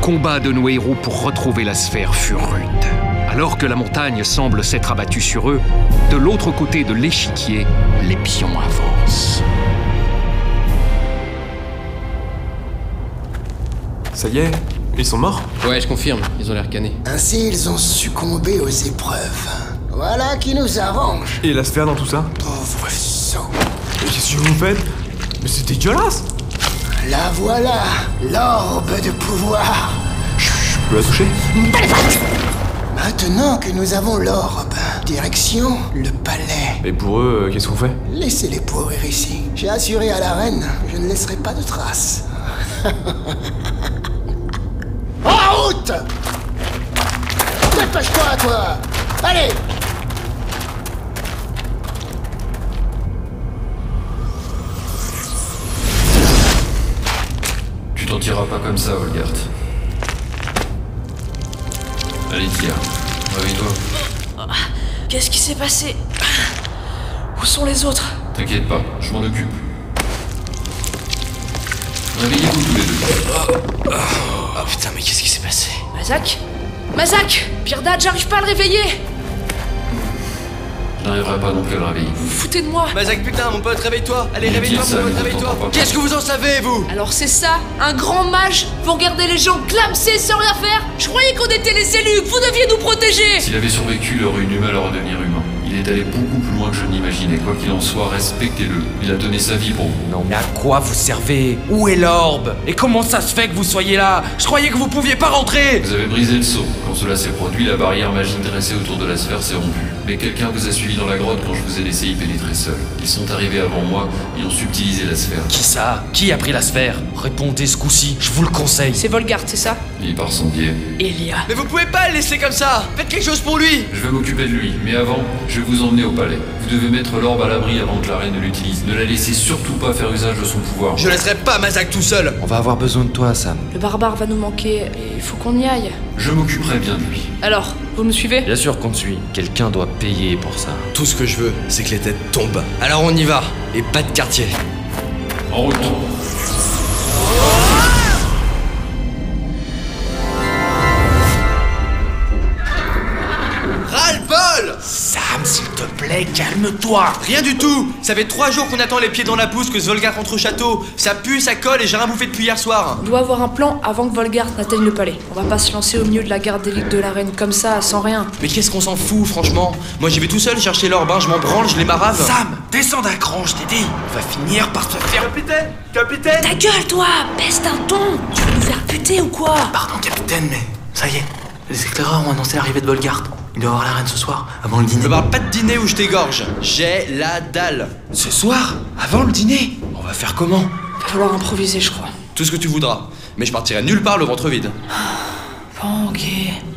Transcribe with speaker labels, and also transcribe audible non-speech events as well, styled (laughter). Speaker 1: combats de nos héros pour retrouver la sphère furent rudes. Alors que la montagne semble s'être abattue sur eux, de l'autre côté de l'échiquier, les pions avancent.
Speaker 2: Ça y est, ils sont morts
Speaker 3: Ouais, je confirme, ils ont l'air canés.
Speaker 4: Ainsi, ils ont succombé aux épreuves. Voilà qui nous arrange.
Speaker 2: Et la sphère dans tout ça
Speaker 4: Pauvre sot.
Speaker 2: Mais Qu'est-ce que vous faites Mais c'est dégueulasse
Speaker 4: La voilà, l'orbe de pouvoir.
Speaker 2: Je peux la toucher
Speaker 4: Maintenant que nous avons l'orbe, direction le palais.
Speaker 2: Et pour eux, euh, qu'est-ce qu'on fait
Speaker 4: Laissez-les pourrir ici. J'ai assuré à la reine, je ne laisserai pas de traces. (laughs) en route Dépêche-toi, toi Allez
Speaker 5: Tu t'en tireras pas comme ça, Holgert. Allez, tire. Réveille-toi.
Speaker 6: Qu'est-ce qui s'est passé Où sont les autres
Speaker 5: T'inquiète pas, je m'en occupe. Réveillez-vous tous les deux.
Speaker 3: Oh putain, mais qu'est-ce qui s'est passé
Speaker 6: Mazak Mazak Pirdad, j'arrive pas à le réveiller
Speaker 5: Je n'arriverai pas non plus à le réveiller.
Speaker 6: Vous Foutez de moi
Speaker 3: Mazak, putain, mon pote, réveille-toi Allez,
Speaker 5: Inutile,
Speaker 3: réveille-toi,
Speaker 5: ça,
Speaker 3: mon
Speaker 5: mais
Speaker 3: pote,
Speaker 5: on
Speaker 3: réveille-toi
Speaker 5: t'entend pas.
Speaker 3: Qu'est-ce que vous en savez, vous
Speaker 6: Alors c'est ça Un grand mage Vous regardez les gens clamser sans rien faire Je croyais qu'on était les élus, que vous deviez nous protéger
Speaker 5: S'il avait survécu, il aurait eu du mal à redevenir humain. Il est allé beaucoup plus loin que je n'imaginais. Quoi qu'il en soit, respectez-le. Il a donné sa vie pour vous.
Speaker 7: Non mais à quoi vous servez Où est l'orbe Et comment ça se fait que vous soyez là Je croyais que vous pouviez pas rentrer
Speaker 5: Vous avez brisé le sceau. Quand cela s'est produit, la barrière magique dressée autour de la sphère s'est rompue. Mais quelqu'un vous a suivi dans la grotte quand je vous ai laissé y pénétrer seul. Ils sont arrivés avant moi et ont subtilisé la sphère.
Speaker 7: Qui ça Qui a pris la sphère Répondez ce coup-ci, je vous le conseille.
Speaker 6: C'est Volgard, c'est ça
Speaker 5: Il part sans biais.
Speaker 6: Elia.
Speaker 3: Mais vous pouvez pas le laisser comme ça Faites quelque chose pour lui
Speaker 5: Je vais m'occuper de lui, mais avant, je vais vous emmener au palais. Vous devez mettre l'orbe à l'abri avant que la reine ne l'utilise. Ne la laissez surtout pas faire usage de son pouvoir.
Speaker 3: Je laisserai pas Mazak tout seul
Speaker 7: On va avoir besoin de toi, Sam.
Speaker 6: Le barbare va nous manquer et il faut qu'on y aille.
Speaker 5: Je m'occuperai bien de lui.
Speaker 6: Alors, vous nous suivez
Speaker 7: Bien sûr qu'on te suit. Quelqu'un doit payer pour ça.
Speaker 3: Tout ce que je veux, c'est que les têtes tombent. Alors on y va Et pas de quartier
Speaker 5: En route.
Speaker 3: Ras-le-bol
Speaker 7: Sam, s'il te plaît, calme-toi
Speaker 3: Rien du tout Ça fait trois jours qu'on attend les pieds dans la pousse que ce Volga contre château. Ça pue, ça colle et j'ai rien bouffé depuis hier soir.
Speaker 6: On doit avoir un plan avant que Volgard n'atteigne le palais. On va pas se lancer au milieu de la garde d'élite de la reine comme ça, sans rien.
Speaker 3: Mais qu'est-ce qu'on s'en fout, franchement Moi j'y vais tout seul chercher l'orbe, hein, je m'en branle, je les marave.
Speaker 8: Sam, descends d'un cran, je t'ai dit. On va finir par se faire.
Speaker 3: Capitaine Capitaine
Speaker 6: Ta gueule, toi Baisse d'un ton Tu veux nous faire buter ou quoi
Speaker 8: Pardon, capitaine, mais ça y est. Les éclaireurs ont annoncé l'arrivée de Bolgard. Il doit avoir la reine ce soir, avant le dîner.
Speaker 3: Me parle pas de dîner où je t'égorge. J'ai la dalle.
Speaker 8: Ce soir Avant le dîner On va faire comment
Speaker 6: Va falloir improviser, je crois.
Speaker 3: Tout ce que tu voudras. Mais je partirai nulle part le ventre vide.
Speaker 6: Bon, ok.